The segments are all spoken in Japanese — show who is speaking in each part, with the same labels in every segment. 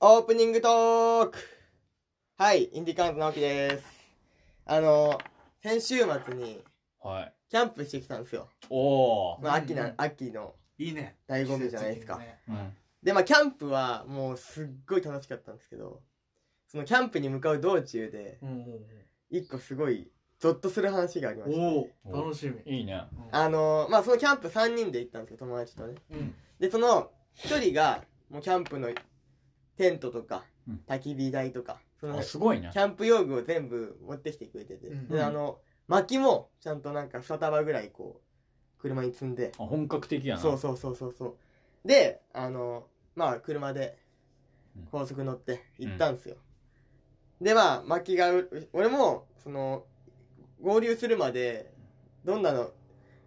Speaker 1: オープニングトークはい、インディカウント直樹です。あの、先週末に
Speaker 2: はい。
Speaker 1: キャンプしてきたんですよ。
Speaker 2: おお。
Speaker 1: まあ、
Speaker 3: うんうん
Speaker 1: 秋な、秋の
Speaker 3: いいね。
Speaker 1: 醍醐味じゃないですか。
Speaker 2: うん。
Speaker 1: で、まあ、キャンプはもうすっごい楽しかったんですけど、そのキャンプに向かう道中で、
Speaker 3: うんうん
Speaker 1: 一個すごいゾッとする話がありま
Speaker 3: うん。
Speaker 1: し
Speaker 3: お
Speaker 2: お
Speaker 3: お、楽しみ。
Speaker 2: いいね。
Speaker 1: た。あの、まあ、そのキャンプ3人で行ったんですけど、友達とね。
Speaker 3: うん。
Speaker 1: で、その、一人が、もうキャンプのテントとか
Speaker 2: うん、
Speaker 1: 焚き火台とか、その
Speaker 2: あ、すごいね
Speaker 1: キ。ャンプ用具を全部持ってきてくれてて、
Speaker 3: うん
Speaker 1: であの薪もちゃんとなんか2束ぐらいこう車に積んで
Speaker 2: あ、本格的やな。
Speaker 1: そうそうそうそうそうであのまあ車で
Speaker 2: うん
Speaker 1: 高速乗って行ったんですよ、でまあ薪がう俺もその合流するまでどんなの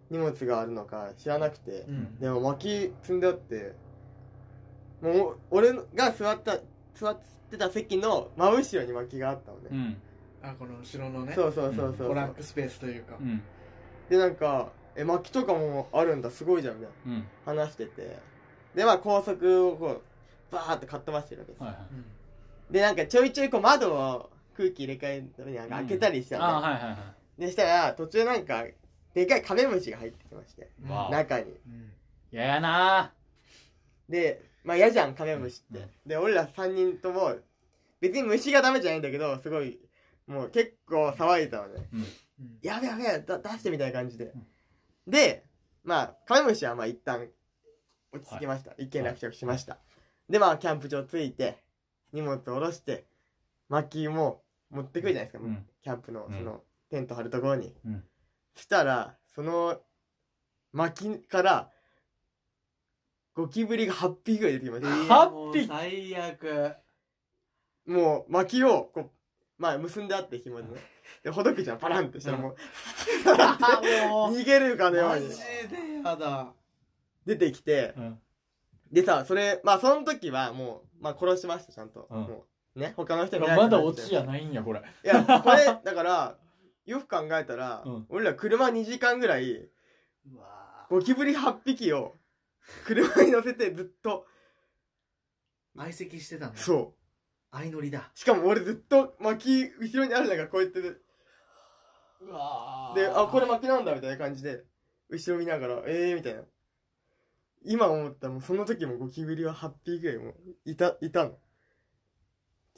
Speaker 1: 荷物があるのか知らなくて
Speaker 3: う、ん。
Speaker 1: でも薪積んであってもう俺が座った座ってた席の真後ろに薪があったのね、
Speaker 2: うん。
Speaker 3: あ、この後ろのね、
Speaker 1: そうそうそうそう、
Speaker 3: トランクスペースというか
Speaker 2: う。ん。
Speaker 1: でなんか「え薪とかもあるんだすごいじゃん」みたい
Speaker 2: うん。
Speaker 1: な話しててでまあ高速をこうバーってかっ飛ばしてるわけです、
Speaker 2: はいはい。
Speaker 3: うん
Speaker 1: でなんかちょいちょいこう窓を空気入れ替えるためになんか開けたりしたの
Speaker 2: あ、
Speaker 1: ね
Speaker 2: はいはいは
Speaker 1: でしたら途中なんかでかいカメムシが入ってきまして
Speaker 3: うん
Speaker 2: わあ
Speaker 1: 中に
Speaker 3: うん
Speaker 2: い。ややな
Speaker 1: でまあ嫌じゃんカメムシって、
Speaker 2: うん
Speaker 1: で俺ら3人とも別に虫がダメじゃないんだけどすごいもう結構騒いでたのね
Speaker 3: うん
Speaker 1: やべやべだ出してみたいな感じで
Speaker 2: うん。
Speaker 1: で、まあ、カメムシはまあ一旦落ち着きました。一件落着しました。で、まあ、キャンプ場着いて、荷物下ろして、薪も持ってくるじゃないですか。
Speaker 2: うん
Speaker 1: キャンプの
Speaker 2: う、ん
Speaker 1: その、テント張るところに。
Speaker 2: うん
Speaker 1: そしたら、その、薪から、ゴキブリが8匹ぐらい出てきました。
Speaker 2: ハッピー
Speaker 3: もう最悪。
Speaker 1: もう薪を、こう、まあ、結んであって紐でね。で、ほどくじゃん、パランってしたらもう、
Speaker 3: もう
Speaker 1: 逃げるかのよ
Speaker 3: マ
Speaker 1: うに
Speaker 3: ジでやだ。
Speaker 1: 出てきて、
Speaker 2: うん。
Speaker 1: でさ、それ、まあその時はもう、まあ殺しました、ちゃんと。
Speaker 2: うん
Speaker 1: もう、ね、他の人に迷惑
Speaker 2: ま
Speaker 1: か
Speaker 2: だ
Speaker 1: けて
Speaker 2: オチやないんや、これ。
Speaker 1: いや、これ、だから、よく考えたら、
Speaker 2: うん
Speaker 1: 俺ら車2時間ぐらい、
Speaker 3: うわ
Speaker 1: ゴキブリ8匹を、車に乗せてずっと、
Speaker 3: ぁ相席してたんだ。う。
Speaker 1: そ
Speaker 3: 相乗りだ。
Speaker 1: う。しかも俺ずっと薪、後ろにある中こうやって、
Speaker 3: うわ
Speaker 1: で、あ、これ薪なんだ、みたいな感じで、後ろ見ながら、えー、みたいな。今思ったらもうその時もゴキブリは8匹ぐらいもういた、いたの。っ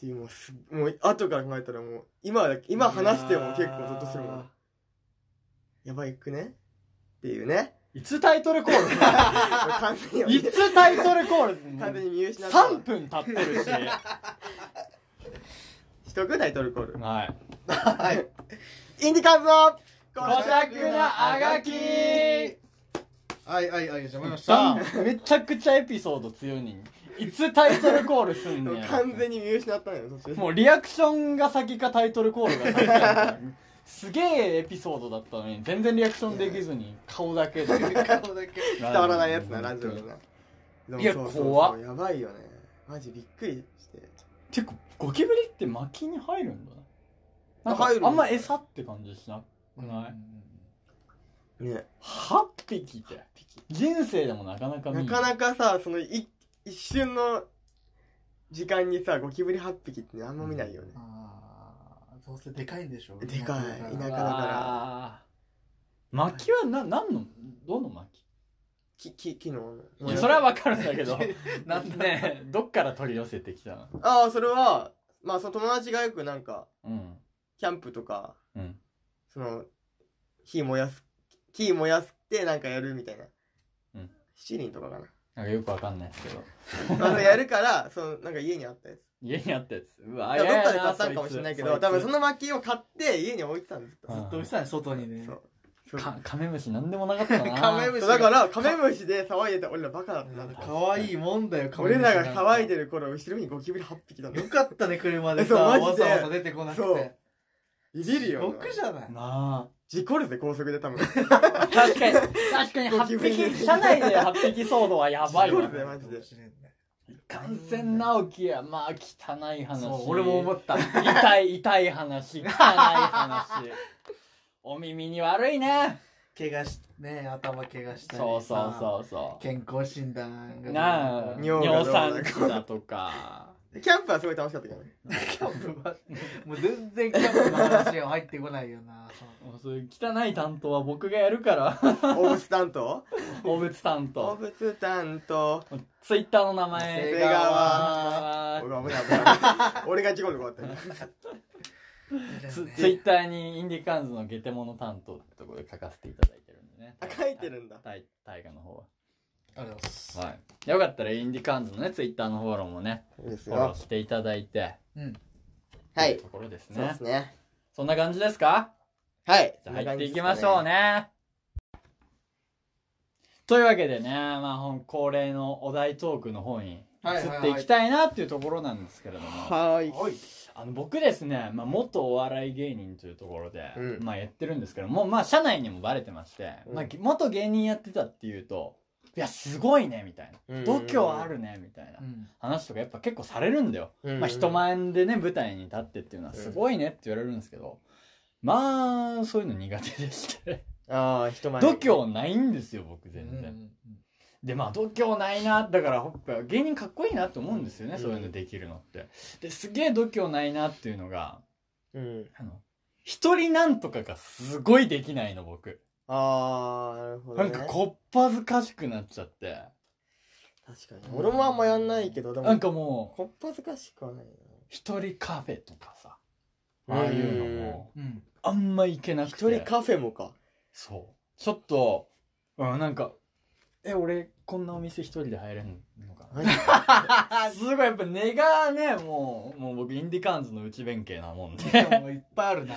Speaker 1: ていうもうす、もう後から考えたらもう、今だ、今話しても結構ゾッとするもん。。やばいくねっていう ね。
Speaker 2: いつタイトルコー
Speaker 1: もう完全
Speaker 2: ルい
Speaker 1: に、
Speaker 2: つタイトルコ
Speaker 1: 完
Speaker 2: ー
Speaker 1: 全
Speaker 2: ル
Speaker 1: に見失ったわ。
Speaker 2: ?3 分経ってるし。
Speaker 1: しとくタイトルコール。
Speaker 2: はい。
Speaker 1: はい。インディカンズの、
Speaker 2: ごたくなあがき
Speaker 4: はいはいはい、邪魔りました。
Speaker 2: めちゃくちゃエピソード強いのに。いつタイトルコールすん
Speaker 1: もう
Speaker 2: ねん。
Speaker 1: 完全に見失ったのよ、途中で
Speaker 2: もうリアクションが先かタイトルコールが先かすげえエピソードだったのに全然リアクションできずに顔だ けで
Speaker 3: 顔だけ。
Speaker 1: 伝
Speaker 2: 伝
Speaker 1: わらないやつなラジオで
Speaker 2: っ
Speaker 1: なでも
Speaker 2: いや
Speaker 1: そうそうそう
Speaker 2: 怖っ
Speaker 1: やばいよねマジびっくりして
Speaker 2: てかゴキブリって薪に入るんだねなんか
Speaker 1: 入る
Speaker 2: あんま餌って感じしなくない
Speaker 1: ね
Speaker 2: 8匹って人生でもなかなか
Speaker 1: なか
Speaker 2: か
Speaker 1: なかさそのい一瞬の時間にさゴキブリ8匹ってあんま見ないよね、
Speaker 3: あーどうせでかいんでしょ
Speaker 1: でかい
Speaker 3: 田
Speaker 1: 田
Speaker 3: 舎
Speaker 1: 舎だ
Speaker 3: だ
Speaker 1: か
Speaker 3: から
Speaker 2: ら薪はな何のどの薪
Speaker 1: きき昨日
Speaker 2: いやそれはわかるんだ けど
Speaker 3: らなんで
Speaker 2: ねえどっから取り寄せてきたの
Speaker 1: ああそれはまあその友達がよくなんか
Speaker 2: うん
Speaker 1: キャンプとか
Speaker 2: うん
Speaker 1: その火燃やす木燃やしてなんかやるみたいな、
Speaker 2: うん
Speaker 1: 七輪とかか
Speaker 2: なんかよくわかんないですけど
Speaker 1: なまあそれやるからそのなんか家にあったやつ
Speaker 2: 家にあったやつうわ
Speaker 1: いやどっかで買ったんかもしれないけど多分その薪を買って家に置いてたんです
Speaker 2: う
Speaker 3: ず
Speaker 2: ん
Speaker 3: っと置いてたね外にね
Speaker 1: そうそう
Speaker 2: かカメムシなんでもなかったな
Speaker 3: カメムシ
Speaker 1: そうだから カメムシで騒いでた俺らバカだったな
Speaker 3: なんか可愛いもんだよ
Speaker 1: 俺らが騒い
Speaker 3: で
Speaker 1: でる頃後ろにゴキブリ8匹 だね
Speaker 3: よかったね車で
Speaker 1: そ
Speaker 3: さ
Speaker 1: うマ
Speaker 3: わ
Speaker 1: ジで
Speaker 3: ざわざ出てこなく
Speaker 1: そう
Speaker 3: て
Speaker 1: いじるよ
Speaker 3: 僕じゃない
Speaker 2: な
Speaker 1: 事故るぜ高速で 多分
Speaker 2: あ確か に 確かに8匹車内で8匹騒動はやばい
Speaker 1: 事故
Speaker 2: わ
Speaker 1: るぜマジで
Speaker 2: 感染直樹やまあ汚い話
Speaker 3: そう俺も思った
Speaker 2: 痛い痛い話汚い話 お耳に悪いね
Speaker 3: 怪我しね頭怪我したりさ
Speaker 2: そうそうそうそう
Speaker 3: 健康診断
Speaker 2: なあ
Speaker 3: が
Speaker 1: 尿が
Speaker 2: 尿
Speaker 1: どうだ
Speaker 2: 酸値だとか
Speaker 1: キャンプはすごい楽しかったけ どね。
Speaker 3: キャンプは、もう全然キャンプの話は入ってこないよな。
Speaker 2: もうそういう汚い担当は僕がやるから、
Speaker 1: 大仏担当
Speaker 2: 大仏
Speaker 1: 大
Speaker 2: 担当。
Speaker 1: 仏担当。
Speaker 2: ツイッターの名前。
Speaker 1: 長谷川
Speaker 2: あ
Speaker 1: 俺が危ない危ない。俺が事故る こうやった。
Speaker 2: ー
Speaker 3: そう
Speaker 2: ツツイッターにインディカーンズのゲテモノ担当ってところで書かせていただいてるんでね。
Speaker 1: あ、書いてるんだ。
Speaker 2: タイ大河の方は。
Speaker 4: ありがとうございます。
Speaker 2: はい。よかったらインディカーンズのね、ツイッターのフォローもね、
Speaker 1: いいです
Speaker 2: フォロ
Speaker 1: よ
Speaker 2: ー。していただいて。
Speaker 1: はい。
Speaker 2: ところです
Speaker 1: そうで
Speaker 2: ね
Speaker 1: す。ね。
Speaker 2: そんな感じですか
Speaker 1: はい。
Speaker 2: じゃあ入っていきましょう。ね。というわけでね、まあ、ほん恒例のお題トークの方に移っていきたいなっていうところなんですけれども、
Speaker 1: はい。
Speaker 2: あの僕ですね、まあ、元お笑い芸人というところで、
Speaker 1: うん
Speaker 2: まあ、やってるんですけども、まあ、社内にもバレてまして、
Speaker 1: うん
Speaker 2: まあ、元芸人やってたっていうと、いや、すごいね、みたい
Speaker 1: うん
Speaker 2: な。度胸あるね、みたいな
Speaker 3: うん。
Speaker 2: 話とかやっぱ結構されるんだよ。まあ、人。前でね舞台に立ってっていうのはすごいねって言われるんですけど、まあそういうの苦手でして
Speaker 1: ああ、人前。
Speaker 2: 度。胸ないんですよ僕全然、
Speaker 4: うん
Speaker 2: でまあ度胸ないなだからほっぱ芸人かっこいいなと思うんですよ
Speaker 1: う
Speaker 2: ね、
Speaker 1: ん
Speaker 2: そういうのできるのってですげえ度胸ないなっていうのが
Speaker 1: うん。
Speaker 2: あの一人なんとかがすごいできないの僕
Speaker 1: ああ、なるほど
Speaker 2: な
Speaker 1: ね。
Speaker 2: んかこっぱずかしくなっちゃって
Speaker 1: 確かに。俺もあんまやんないけど、でも。
Speaker 2: なんかもう
Speaker 1: こっぱずかしくはない
Speaker 2: 一人カフェとかさ
Speaker 1: うん
Speaker 2: ああいうのも
Speaker 3: うん。
Speaker 2: あんま行けな
Speaker 1: な。
Speaker 2: くて
Speaker 1: 一人カフェもか。
Speaker 2: そう。ちょっと、うん、なんか、え、俺、こんなお店一人で入れんのか
Speaker 1: はい
Speaker 2: な。 すごい、やっぱ根がね、もう、もう僕、インディカーンズの内弁慶なもんで、
Speaker 3: もういっぱいあるな。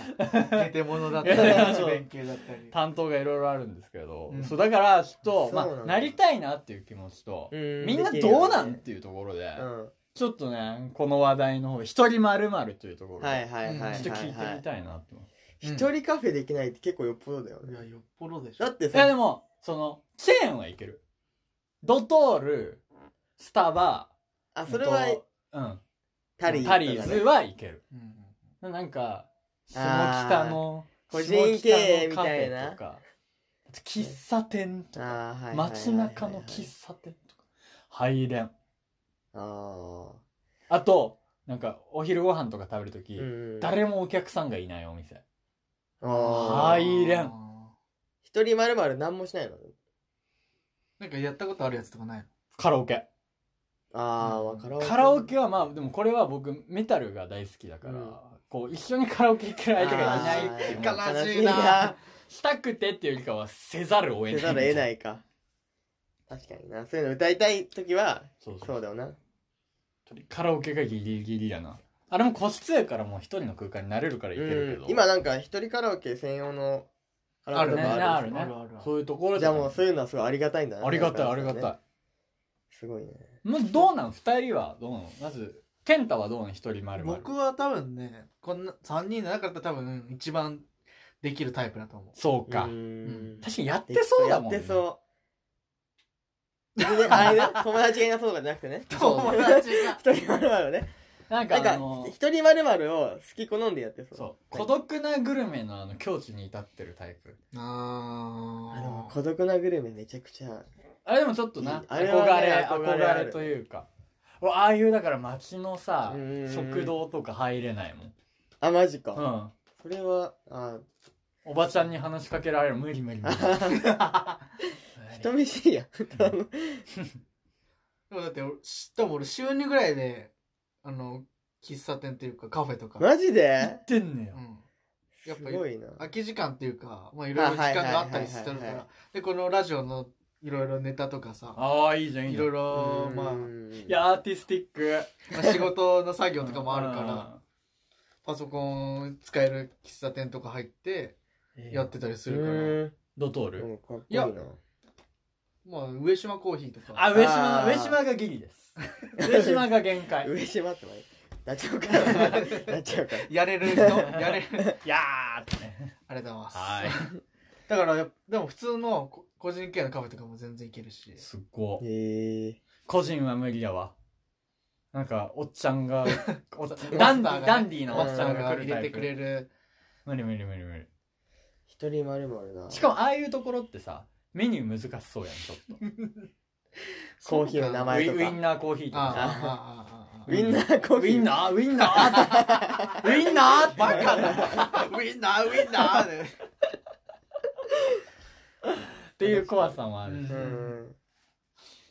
Speaker 3: ゲテモノだったり、
Speaker 2: そう
Speaker 3: 勉強だったり。
Speaker 2: 担当がいろいろあるんですけど、
Speaker 3: うん
Speaker 2: そう、だから、ちょっと、
Speaker 1: そう
Speaker 2: ま
Speaker 1: なんだ
Speaker 2: あ、なりたいなっていう気持ちと、
Speaker 1: うん
Speaker 2: みんな
Speaker 1: できるよ
Speaker 2: ど
Speaker 1: ね
Speaker 2: うなんっていうところで、
Speaker 1: うん。
Speaker 2: ちょっとね、この話題の方、一人まるまるというところで、
Speaker 1: はいはいはい。
Speaker 2: ちょっと聞いてみたいなって思って。
Speaker 1: 一人カフェできないって結構よっぽどだよ
Speaker 3: い
Speaker 1: ね。
Speaker 3: や、よっぽどでし
Speaker 1: だ
Speaker 3: ょ。
Speaker 1: って
Speaker 2: いやで
Speaker 1: さ、
Speaker 2: も、その、チェーンはいける。ドトール、スタバ、
Speaker 1: あ、それは
Speaker 2: えっとうん、
Speaker 1: タリーズと
Speaker 2: タ
Speaker 1: か
Speaker 2: リ
Speaker 1: ね。
Speaker 2: ーズはいける。
Speaker 3: うん
Speaker 2: なんか、下
Speaker 1: あー
Speaker 2: 北の、
Speaker 1: 個人経営みたいな
Speaker 2: 下北のカフェとか、あと喫茶店とか、
Speaker 1: あーはいはいはいはい
Speaker 2: 街中の喫茶店とか、入れん。
Speaker 1: あ
Speaker 2: あと、なんか、お昼ご飯とか食べるとき、
Speaker 1: ーうん
Speaker 2: 誰もお客さんがいないお店。
Speaker 1: あー
Speaker 2: 入れん。
Speaker 1: 一人まるまる何もしないの
Speaker 3: なんかやったことあるやつとかない
Speaker 2: カラオケ。
Speaker 1: あ
Speaker 3: う
Speaker 1: あ
Speaker 3: ん
Speaker 1: カラオケ
Speaker 2: カラオケはまあ、でもこれは僕、メタルが大好きだから、
Speaker 1: うん
Speaker 2: こう、一緒にカラオケ行ける相手がいないっていうの
Speaker 1: あ
Speaker 2: は
Speaker 1: ー
Speaker 3: 悲しいな
Speaker 2: したくてっていうよりかは、せざるを得
Speaker 1: せ
Speaker 2: ない。
Speaker 1: ざるを得ないか確かになそういうの歌いたい時は
Speaker 2: そうそう
Speaker 1: そうだよな
Speaker 2: カラオケがギリギリやなあれも個室やからもう一人の空間になれるからいけるけど、
Speaker 1: うん今なんか一人カラオケ専用のカラオケと
Speaker 2: ね
Speaker 1: か
Speaker 2: あ
Speaker 1: あ
Speaker 2: る
Speaker 1: る
Speaker 2: ね
Speaker 3: あるある
Speaker 2: そういうところ
Speaker 1: じゃあもうそういうのはすごいありがたいんだな
Speaker 2: ありがたいあ
Speaker 1: なん
Speaker 2: り
Speaker 1: か
Speaker 2: がたい、
Speaker 1: すごいね
Speaker 2: もうどうなん二人はどうなのまず健太はどうなん一人丸々
Speaker 3: 僕は多分ね、こんな、3人の中だったら多分一番できるタイプだと思う。
Speaker 2: そうか、
Speaker 1: う
Speaker 3: うん
Speaker 1: ん
Speaker 2: 確かにやってそうだもんね
Speaker 1: やってそう別にあれだ友達がいなそうとかじゃなくて ね
Speaker 3: 友達が。
Speaker 1: 一人まるまるね
Speaker 2: なんか
Speaker 1: なん
Speaker 2: あ
Speaker 1: か
Speaker 2: の
Speaker 1: 一人まるまるを好き好んでやってそう
Speaker 2: そう孤独なグルメのあの境地に至ってるタイプ
Speaker 1: あの
Speaker 3: あ
Speaker 1: 孤独なグルメめちゃくちゃ
Speaker 2: あれでもちょっとない
Speaker 1: い
Speaker 2: 憧
Speaker 1: あ
Speaker 2: れ
Speaker 1: れはね
Speaker 2: 憧
Speaker 1: 憧
Speaker 2: れ
Speaker 1: れある
Speaker 2: というか俺ああいうだから街のさ
Speaker 1: うん
Speaker 2: 食堂とか入れないもん
Speaker 1: あマジか、
Speaker 2: うん
Speaker 1: それはあ
Speaker 2: おばちゃんに話しかけられる無理無理無理
Speaker 1: 人見知りやんあの
Speaker 3: でもだって俺、し多分俺週2ぐらいで、あの、喫茶店っていうかカフェとか。
Speaker 1: マジで
Speaker 2: ってんねよ
Speaker 3: う。ん。やっ
Speaker 1: す
Speaker 3: ぱ
Speaker 1: ごいな
Speaker 3: 空き時間っていうか、まあいろいろ時間があったりす
Speaker 1: あ
Speaker 3: る
Speaker 1: はいは
Speaker 3: か
Speaker 1: いはいはい
Speaker 3: ら。で、このラジオのいろいろネタとかさ、
Speaker 2: ああ、いいじゃん、いい
Speaker 3: い
Speaker 2: じゃん。
Speaker 3: ろい
Speaker 2: い
Speaker 3: ろ、
Speaker 1: う
Speaker 3: まあ、
Speaker 1: ん
Speaker 2: や、アーティスティック。
Speaker 3: まあ仕事の作業とかもある から、パソコン使える喫茶店とか入って
Speaker 2: ら
Speaker 3: やってたりす
Speaker 1: う
Speaker 3: るから。
Speaker 1: ん
Speaker 2: ドトー
Speaker 1: で
Speaker 2: ル。
Speaker 1: もかっこい
Speaker 3: い
Speaker 1: いな
Speaker 3: やまあ、上島コーヒーとか。
Speaker 2: あ、上島
Speaker 1: あ
Speaker 2: の、
Speaker 1: ー
Speaker 2: 上島がギリです。上島が限界。
Speaker 1: 上島って前なっちゃうからなっちゃうから
Speaker 3: やれる人やれる。
Speaker 2: いやーってね。
Speaker 3: ありがとうございます。
Speaker 2: は
Speaker 3: だからやっぱ、でも普通のこ個人系のカフェとかも全然いけるし
Speaker 2: い。。すっごい。
Speaker 1: へえ
Speaker 2: 個人は無理やわ。なんか、おっちゃんが、おっちゃんダ
Speaker 3: マス
Speaker 2: ン
Speaker 3: タ
Speaker 2: デ
Speaker 3: ーが
Speaker 2: ィ、
Speaker 3: ね
Speaker 2: ダンディーなお
Speaker 3: マ
Speaker 2: っ
Speaker 3: ス
Speaker 2: ち
Speaker 3: タ
Speaker 2: ゃ
Speaker 3: ー
Speaker 2: んが
Speaker 3: が
Speaker 2: 来る
Speaker 3: 入
Speaker 2: タ
Speaker 3: れ
Speaker 2: イ
Speaker 3: て
Speaker 2: プ
Speaker 3: くれる。
Speaker 2: 無理無理無理無理。
Speaker 1: 一人まるまるな
Speaker 2: しかも、ああいうところってさ、メニュー難しそうやん、ちょっと。
Speaker 1: コーヒーの名
Speaker 2: ウ
Speaker 1: 前
Speaker 2: ィ
Speaker 1: と
Speaker 2: ウィン
Speaker 1: か
Speaker 2: ナーコーヒーと
Speaker 3: ああ
Speaker 2: かさ。
Speaker 3: あ
Speaker 1: ウィンナーコ
Speaker 2: ウ
Speaker 1: ーヒ
Speaker 2: ィン
Speaker 1: ー。
Speaker 2: ナーウィンナーウィンナーって
Speaker 3: バカだウィンナーウィンナーで
Speaker 2: っていう怖さもあるし
Speaker 1: う
Speaker 3: ー
Speaker 1: ん。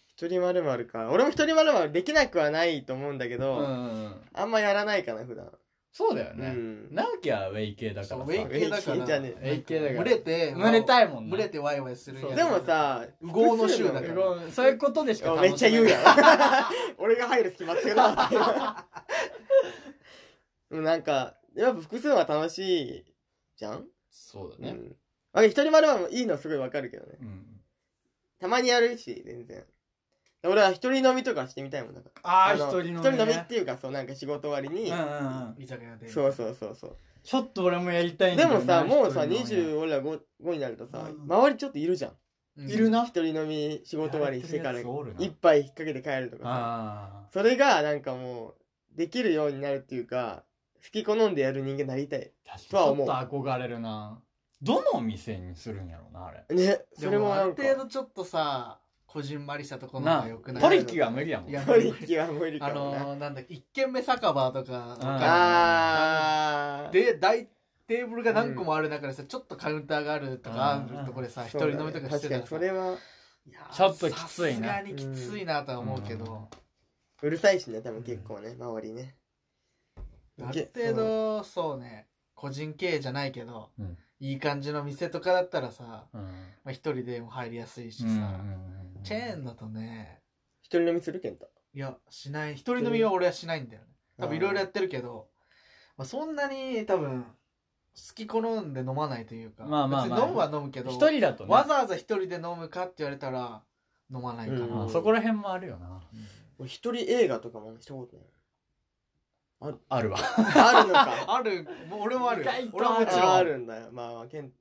Speaker 1: 一人まるまるか。俺も一人まるまるできなくはないと思うんだけ
Speaker 2: うんう
Speaker 1: ど、
Speaker 2: んうん
Speaker 1: あんまやらないかな、普段。
Speaker 2: そうだよ
Speaker 1: う
Speaker 2: ね
Speaker 1: ん。
Speaker 2: 直樹はウェイ系だか
Speaker 3: そう
Speaker 2: ら
Speaker 3: ウ
Speaker 2: さ
Speaker 3: ェイ系だか
Speaker 1: ウェイ系じゃ
Speaker 3: ら
Speaker 1: ね
Speaker 2: えウェイ系だから
Speaker 3: 群れて
Speaker 2: 群れ
Speaker 3: い
Speaker 2: たいもん
Speaker 3: 群れてワイワイするやつ
Speaker 1: でもさ、
Speaker 3: うごうの衆だから
Speaker 1: 複数の
Speaker 2: ごめんそういうことでしか
Speaker 1: あめっちゃ言うや
Speaker 2: ん
Speaker 1: ん。俺が入る隙間ってな。でもなんか、やっぱ複数は楽しいじゃん
Speaker 2: そう
Speaker 1: う
Speaker 2: だね
Speaker 1: ん。あ、一人まるまるもいいのすごいわかるけどね。
Speaker 2: うん
Speaker 1: たまにやるし、全然。俺は一人飲みとかしてみたいもんだから。
Speaker 2: ああ
Speaker 1: の
Speaker 2: 一人の
Speaker 1: 一人飲みっ
Speaker 2: ね
Speaker 1: ていうか、そう、なんか仕事終わりに
Speaker 2: うんう、んうん
Speaker 3: 居酒屋で
Speaker 1: そうそうそうそう。
Speaker 2: ちょっと俺もやりたいんだ
Speaker 1: で
Speaker 2: よな
Speaker 1: もさ、もうさ、
Speaker 2: 一人のね
Speaker 1: 20、俺ら 5, 5になるとさ、
Speaker 2: うん
Speaker 1: 周りちょっといるじゃん。
Speaker 3: うん
Speaker 2: いるな
Speaker 1: 一人飲み仕事終わりしてから、
Speaker 2: やれてるやつおるな
Speaker 1: 一杯引っ掛けて帰るとかさ。
Speaker 2: あ
Speaker 1: それが、なんかもう、できるようになるっていうか、好き好んでやる人間になりたい。
Speaker 2: あ確
Speaker 1: とは
Speaker 2: かに
Speaker 1: 思う
Speaker 2: ちょっと憧れるなどのお店にするんやろうなあれ
Speaker 1: ね、
Speaker 3: で
Speaker 1: それも
Speaker 3: あ
Speaker 1: な
Speaker 3: る
Speaker 1: んか、
Speaker 3: 程度ちょっとさこじんまりしたところの
Speaker 2: な
Speaker 3: 方がよくない
Speaker 2: トリッキーは無理やもん
Speaker 3: いや
Speaker 1: トリッキーは無理か
Speaker 3: あ
Speaker 1: もな。
Speaker 3: のー、なんだっけ一軒目酒場とかわかる
Speaker 2: うん
Speaker 1: あー。
Speaker 3: で大テーブルが何個もある中でさ、ちょっとカウンターがあるとかあるとこでさ
Speaker 1: そ
Speaker 3: 一
Speaker 1: うだ
Speaker 3: 人
Speaker 1: ね
Speaker 3: 飲みとかし
Speaker 1: 確
Speaker 3: てた
Speaker 1: からに、
Speaker 3: さ
Speaker 1: それは、
Speaker 3: いやー
Speaker 2: ちょっときついな
Speaker 3: さすがにきついなとは思うけど、
Speaker 1: うるさいしね、多分結構ね、周りね。
Speaker 3: ある程度そうね個人経営じゃないけど、
Speaker 2: うん
Speaker 3: いい感じの店とかだったらさ
Speaker 2: うん
Speaker 3: まあ、一人でも入りやすいし
Speaker 2: う
Speaker 3: さ、
Speaker 2: んうんうん
Speaker 3: チェーンだとね
Speaker 1: 一人飲みするけんた。
Speaker 3: いやしない一人飲みは俺はしないんだよね多分いろいろやってるけど、まあ、そんなに多分好き好んで飲まないというか、
Speaker 2: まあまあまあ
Speaker 3: 別に飲むは飲むけど
Speaker 2: 一人だとね
Speaker 3: わざわざ一人で飲むかって言われたら飲まないかな、
Speaker 1: うん
Speaker 2: あそこら辺もあるよな
Speaker 1: 俺一人映画とかもしたことない。
Speaker 2: あるわ
Speaker 1: あるのか。
Speaker 3: あるもう俺もあるよ
Speaker 2: 意外と
Speaker 3: 俺ももちろん
Speaker 1: ああるんだよ。まあまあ、けん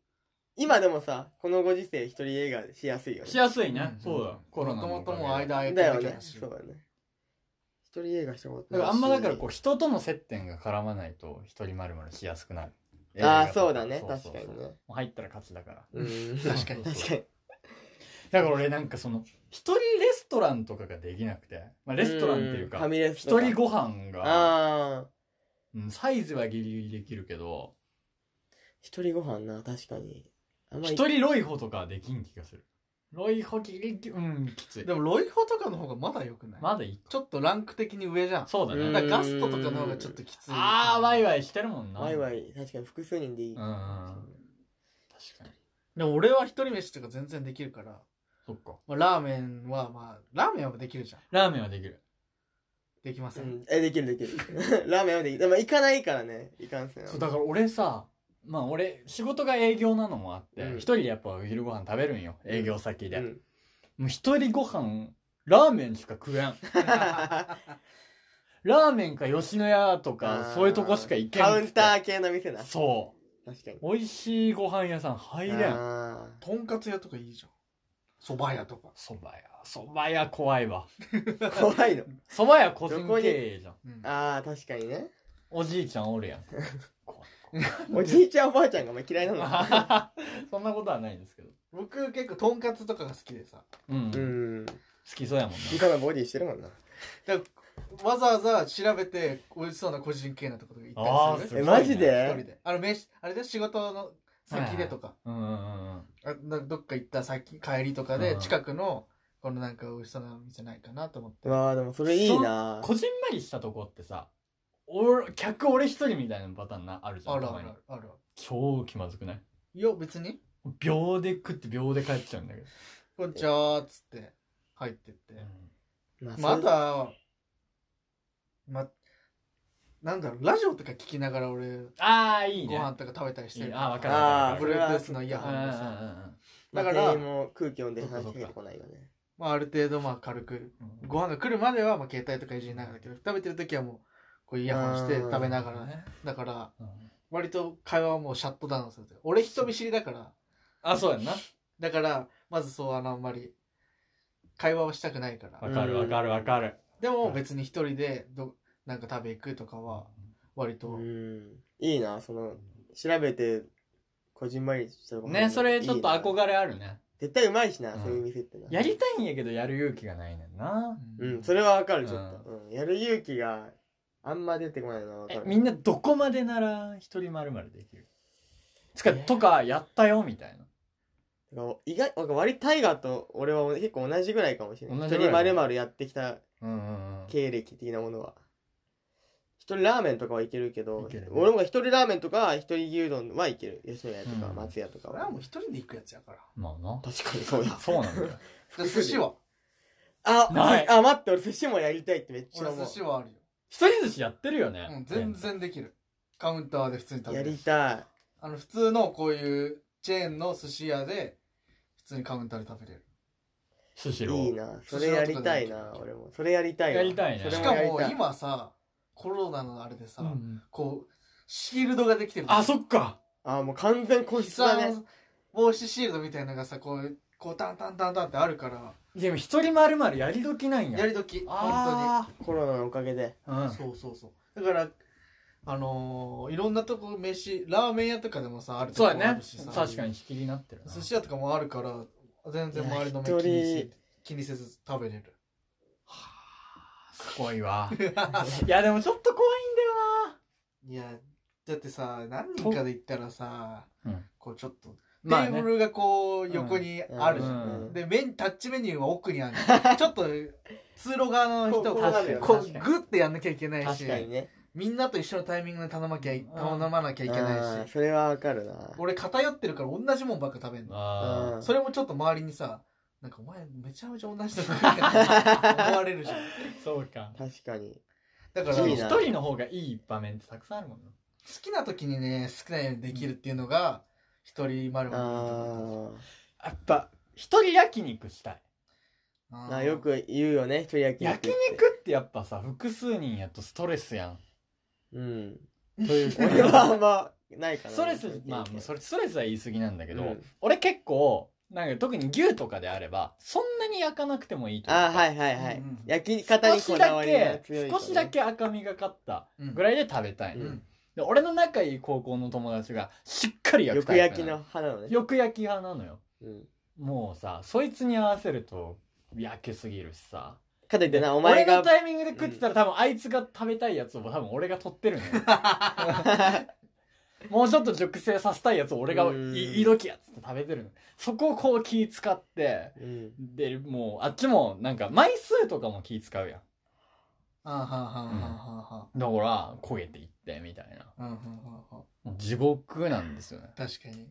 Speaker 1: 今でもさ、このご時世一人映画しやすいよね
Speaker 2: し。やすいね
Speaker 3: うん
Speaker 2: そうだコロナの
Speaker 3: も
Speaker 2: お
Speaker 3: と
Speaker 2: か
Speaker 3: も
Speaker 2: げ
Speaker 3: と
Speaker 2: で
Speaker 3: も間空いて
Speaker 1: だよ
Speaker 3: るけ
Speaker 1: ね。
Speaker 3: どし
Speaker 1: そうだね。一人映画したこと
Speaker 2: だ
Speaker 1: な
Speaker 2: か
Speaker 1: い
Speaker 2: ら
Speaker 1: し
Speaker 2: あんまだからこう人との接点が絡まないと一人まるまるしやすくなる
Speaker 1: あーそうだね
Speaker 2: 映画とそうそ
Speaker 1: 確
Speaker 2: うそう
Speaker 1: かにね
Speaker 2: もう入ったら勝ちだから
Speaker 1: うん。
Speaker 3: 確かに
Speaker 2: そうそう
Speaker 1: 確
Speaker 2: そう
Speaker 1: かに。
Speaker 2: だから俺なんかその一人レストランとかができなくて、まあ、レストランっていう
Speaker 1: ファ
Speaker 2: か
Speaker 1: ミレスとか
Speaker 2: 一人ご飯が、
Speaker 1: ああ。
Speaker 2: うんサイズはギリギリできるけど
Speaker 1: 一人ご飯な、確かに。あんまり。
Speaker 2: 一人ロイホとかはできん気がするロイホギリギリうんきつい
Speaker 3: でもロイホとかの方がまだよくない、
Speaker 2: まだいい
Speaker 3: ちょっとランク的に上じゃん
Speaker 2: そうだね、
Speaker 1: うん
Speaker 3: だからガストとかの方がちょっときつい
Speaker 2: ああワイワイしてるもんな
Speaker 1: ワイワイ、確かに複数人でいい。
Speaker 2: うんうんうん確かに
Speaker 3: でも俺は一人飯とか全然できるから、
Speaker 2: そっか
Speaker 3: まあ、ラーメンはまあラーメンはできるじゃん
Speaker 2: ラーメンはできる
Speaker 3: できませ、
Speaker 1: うんん、え、できるできる。 ラーメンはできる。でも行かないからね。行かんすよ。
Speaker 2: そうだから俺さまあ俺仕事が営業なのもあって
Speaker 1: うん
Speaker 2: 一人でやっぱお昼ご飯食べるんよ営業先で、
Speaker 1: うん。
Speaker 2: もう一人ご飯ラーメンしか食えん ラーメンか吉野家と
Speaker 1: あ
Speaker 2: か
Speaker 1: ー
Speaker 2: そういうとこしか行けん
Speaker 1: カウンタ
Speaker 2: ー
Speaker 1: ー系の店な。
Speaker 2: そ
Speaker 1: 確かに。
Speaker 2: う美味しいご飯屋さん入れん
Speaker 1: あー
Speaker 3: とんかつ屋とかいいじゃんそば屋 とか、
Speaker 2: そば屋そば屋怖いわ
Speaker 1: 怖いの。
Speaker 2: そば屋個人経営じゃん
Speaker 3: うん
Speaker 1: ああ、確かにね。
Speaker 2: おじいちゃんおるやん怖い
Speaker 1: おじいちゃんおばあちゃんがお前嫌いなの。
Speaker 2: そんな ことはないですけど
Speaker 3: 僕結構とんかつとかが好きでさ
Speaker 2: うん、
Speaker 1: う
Speaker 2: 好
Speaker 1: ん。
Speaker 2: きそうやもんな
Speaker 1: 理科のボディしてるもんな。
Speaker 3: だからわざわざ調べて美味しそうな個人系なとことか行ったりする
Speaker 1: え、
Speaker 2: あーすごいね
Speaker 1: マジ
Speaker 3: 一人
Speaker 1: で
Speaker 3: であの飯あれで仕事の先でとか、
Speaker 2: うんうんうんうん
Speaker 3: あなどっか行った先帰りとか
Speaker 2: う
Speaker 3: で
Speaker 2: ん
Speaker 3: 近くのこのなんか美味しそうな店ないかなと思って
Speaker 1: うわあでもそれいいな
Speaker 2: こじんまりしたとこってさ俺客俺一人みたいなパターンなあるじゃ
Speaker 3: あ
Speaker 2: ん
Speaker 3: る
Speaker 2: た
Speaker 3: あ
Speaker 2: ま
Speaker 3: る
Speaker 2: に
Speaker 3: あるある
Speaker 2: 超気まずくない
Speaker 3: いや別に
Speaker 2: 秒で食って秒で帰っちゃうんだけど、
Speaker 3: こんにちはっつって入ってって
Speaker 1: ま
Speaker 3: まああ
Speaker 1: そ
Speaker 3: とはまなんだろうラジオとか聞きながら俺
Speaker 2: ああいい
Speaker 3: ご
Speaker 2: ね
Speaker 3: 飯とか食べたりして
Speaker 2: いい
Speaker 3: る
Speaker 2: あーわかる
Speaker 1: あ
Speaker 2: わ
Speaker 1: あ、
Speaker 2: か
Speaker 1: そ
Speaker 2: る
Speaker 1: れ
Speaker 3: ブルー
Speaker 1: は
Speaker 3: トゥースのイ
Speaker 2: う
Speaker 3: ヤ
Speaker 2: ん
Speaker 3: ホ
Speaker 2: う
Speaker 3: ン
Speaker 2: んうんう
Speaker 3: でさ
Speaker 2: ん
Speaker 1: だ
Speaker 3: だ
Speaker 1: か。
Speaker 3: からら
Speaker 1: 店員も空気読んで話しかけてこないよね。
Speaker 3: まあある程度まあ軽く
Speaker 2: うん
Speaker 3: ご飯が来るまではまあ携帯とかいじりながらだけど食べてる時はもうこうイヤホンして食べながら
Speaker 2: ね
Speaker 3: だから
Speaker 2: うん
Speaker 3: 割と会話はもうシャットダウンするというか俺人見知りだから
Speaker 2: あそうやんな
Speaker 3: だからまずそうあのあんまり会話はしたくないから
Speaker 2: わかるわかるわかる
Speaker 3: でも別に一人でどなんか食べ行くとかは割と、
Speaker 1: うん。いいな、その、調べて、こじんまりしたとこ
Speaker 2: ねそれちょっと
Speaker 1: いいな
Speaker 2: 憧れあるね
Speaker 1: 絶対うまいしな、
Speaker 2: うん
Speaker 1: そういう店ってな。
Speaker 2: やりたいんやけどやる勇気がないねんな。
Speaker 1: うん、それはわかる、ちょっと。
Speaker 2: う
Speaker 1: うんやる勇気があんま出てこないのはわか
Speaker 2: え
Speaker 1: る。
Speaker 2: みんなどこまでなら一人まるまるできるつか、とかやったよみたいな。
Speaker 1: だから意外、なんか割りタイガーと俺は結構同じぐらいかもしれな
Speaker 2: 同
Speaker 1: い。
Speaker 2: じ
Speaker 1: 一
Speaker 2: ぐ
Speaker 1: 人
Speaker 2: らい
Speaker 1: まるまるやってきた
Speaker 2: うんうんうん。
Speaker 1: 経歴的なものは。一人ラーメンとかはいけるけど、
Speaker 2: いけるね
Speaker 1: 俺も一人ラーメンとか一人牛丼はいける。吉野家とか
Speaker 2: うん
Speaker 1: 松屋とか
Speaker 4: これは
Speaker 1: は。
Speaker 4: もう一人で行くやつやから。
Speaker 2: まあな。
Speaker 1: 確かにそうだ。
Speaker 2: そうなんだよ。
Speaker 3: で寿司は
Speaker 1: あ、
Speaker 2: な い
Speaker 1: あ、待って、俺寿司もやりたいってめっちゃ
Speaker 3: 俺
Speaker 1: 思
Speaker 3: 寿司はあるよ、
Speaker 2: 一人寿司やってるよね。
Speaker 3: うん、全然できるカウンターで普通に食
Speaker 1: う。
Speaker 3: べ
Speaker 1: や
Speaker 3: る
Speaker 1: りたい。
Speaker 3: あの普通のこういうチェーンの寿司屋で普通にカウンターで食べれる
Speaker 2: 寿司ロ
Speaker 1: いい
Speaker 2: ー。
Speaker 1: な。それやりたいな、俺も。それやりたいわ
Speaker 2: やりたいね
Speaker 1: それ
Speaker 3: し
Speaker 1: も
Speaker 3: か
Speaker 1: やり
Speaker 3: も
Speaker 1: たい。
Speaker 3: 今さコロナのあれでさ、
Speaker 2: うんうん
Speaker 3: こうシールドができてる
Speaker 2: あ、そっか。
Speaker 1: あ、もう完全個室
Speaker 3: 必殺
Speaker 1: だね。
Speaker 3: 防止シールドみたいなのがさこうこうタンタンタンタンってあるから
Speaker 2: でも一人まるまるやりどきなんや。
Speaker 3: やり時本
Speaker 2: あ
Speaker 1: コロナのおかげで。
Speaker 2: あ。うん
Speaker 3: 当に。そうそうそうだからあのーいろんなとこ飯ラーメン屋とかでもさあると
Speaker 2: そ
Speaker 3: こ
Speaker 2: うだ
Speaker 3: あ
Speaker 2: ね
Speaker 3: るしさ。
Speaker 2: 確かに仕切りになってるな。
Speaker 3: 寿司屋とかもあるから全然周りの目
Speaker 1: いや
Speaker 3: 気に
Speaker 1: 一
Speaker 3: し
Speaker 1: 人
Speaker 3: 気にせず食べれ る
Speaker 2: すごいわ。 いや、でもちょっと怖いん
Speaker 3: いやだってさ何人かで行ったらさ、
Speaker 2: うん
Speaker 3: こうちょっとテ
Speaker 2: だよな。まあ
Speaker 3: ーブ
Speaker 2: ね。
Speaker 3: ルがこう横にあるじゃん、
Speaker 2: うん
Speaker 1: うん
Speaker 3: でメンタッチメニューは奥にあるのちょっと通路側の人
Speaker 1: こうこう
Speaker 3: こ
Speaker 1: な
Speaker 2: 確
Speaker 1: る
Speaker 2: か
Speaker 1: よ
Speaker 2: に。
Speaker 1: ね
Speaker 2: 確
Speaker 3: こう
Speaker 2: かに
Speaker 3: グッてやんなきゃいけないし
Speaker 1: 確かにね。
Speaker 3: みんなと一緒のタイミングで頼まきゃい頼まなきゃいけ
Speaker 1: あ
Speaker 3: な
Speaker 1: ー
Speaker 3: いし
Speaker 1: それはわかるな。
Speaker 3: 俺偏ってるから同じもんばっか食べんの
Speaker 2: あ
Speaker 1: うん
Speaker 3: それもちょっと周りにさなんかお前めちゃめちゃ同じの食ってるって思われるじゃん
Speaker 2: あ。そうか。
Speaker 1: 確かに。
Speaker 3: だから
Speaker 1: いい
Speaker 3: 好
Speaker 1: な
Speaker 2: 一人の方がいい場面ってたくさんあるもんな。
Speaker 3: きな時にね好きなようにできるっていうのが一人丸
Speaker 1: あ
Speaker 3: 々のいいとこ
Speaker 1: ー
Speaker 2: やっぱ、一人焼肉したい。
Speaker 3: だ
Speaker 1: あー。よく言うよね、一人焼き
Speaker 2: 焼肉ってやっぱさ、複数人やとストレスやん。
Speaker 1: うん。
Speaker 2: とい うか
Speaker 1: 俺はあんま、ないかな。
Speaker 2: ストレス、まあ、もうそれ、ストレスは言い過ぎなんだけど、
Speaker 1: うん
Speaker 2: 俺結構、なんか特に牛とかであれば、そんなに焼かなくてもいいというか
Speaker 1: あーはいはいは
Speaker 3: う
Speaker 1: い
Speaker 3: ん。
Speaker 1: 焼き方にこだわりが強いからね。
Speaker 2: 少しだけ赤みがかったぐらいで食べたい、
Speaker 1: うん
Speaker 3: うん
Speaker 2: で俺の仲いい高校の友達がしっかり焼
Speaker 1: よ
Speaker 2: くタ
Speaker 1: く
Speaker 2: イプな
Speaker 1: 焼きの花のね。
Speaker 2: よく焼き派なのよ
Speaker 1: うん
Speaker 2: もうさそいつに合わせると焼けすぎるしさ
Speaker 1: かといってな、お前
Speaker 2: 俺
Speaker 1: が
Speaker 2: のタイミングで食ってたら、多分あいつが食べたいやつを多分俺が取っ てるのよもうちょっと熟成させたいやつを俺が
Speaker 1: うん
Speaker 2: いいどきやっつって食べてるのそこをこう気使って
Speaker 1: うん
Speaker 2: でもうあっちもなんか枚数とかも気使うやん
Speaker 3: あーはーはーはーは
Speaker 2: だから焦げていってみたいな
Speaker 3: ーはーうんうんうんうん
Speaker 2: もう地獄なんですよね
Speaker 3: 確かに
Speaker 2: だか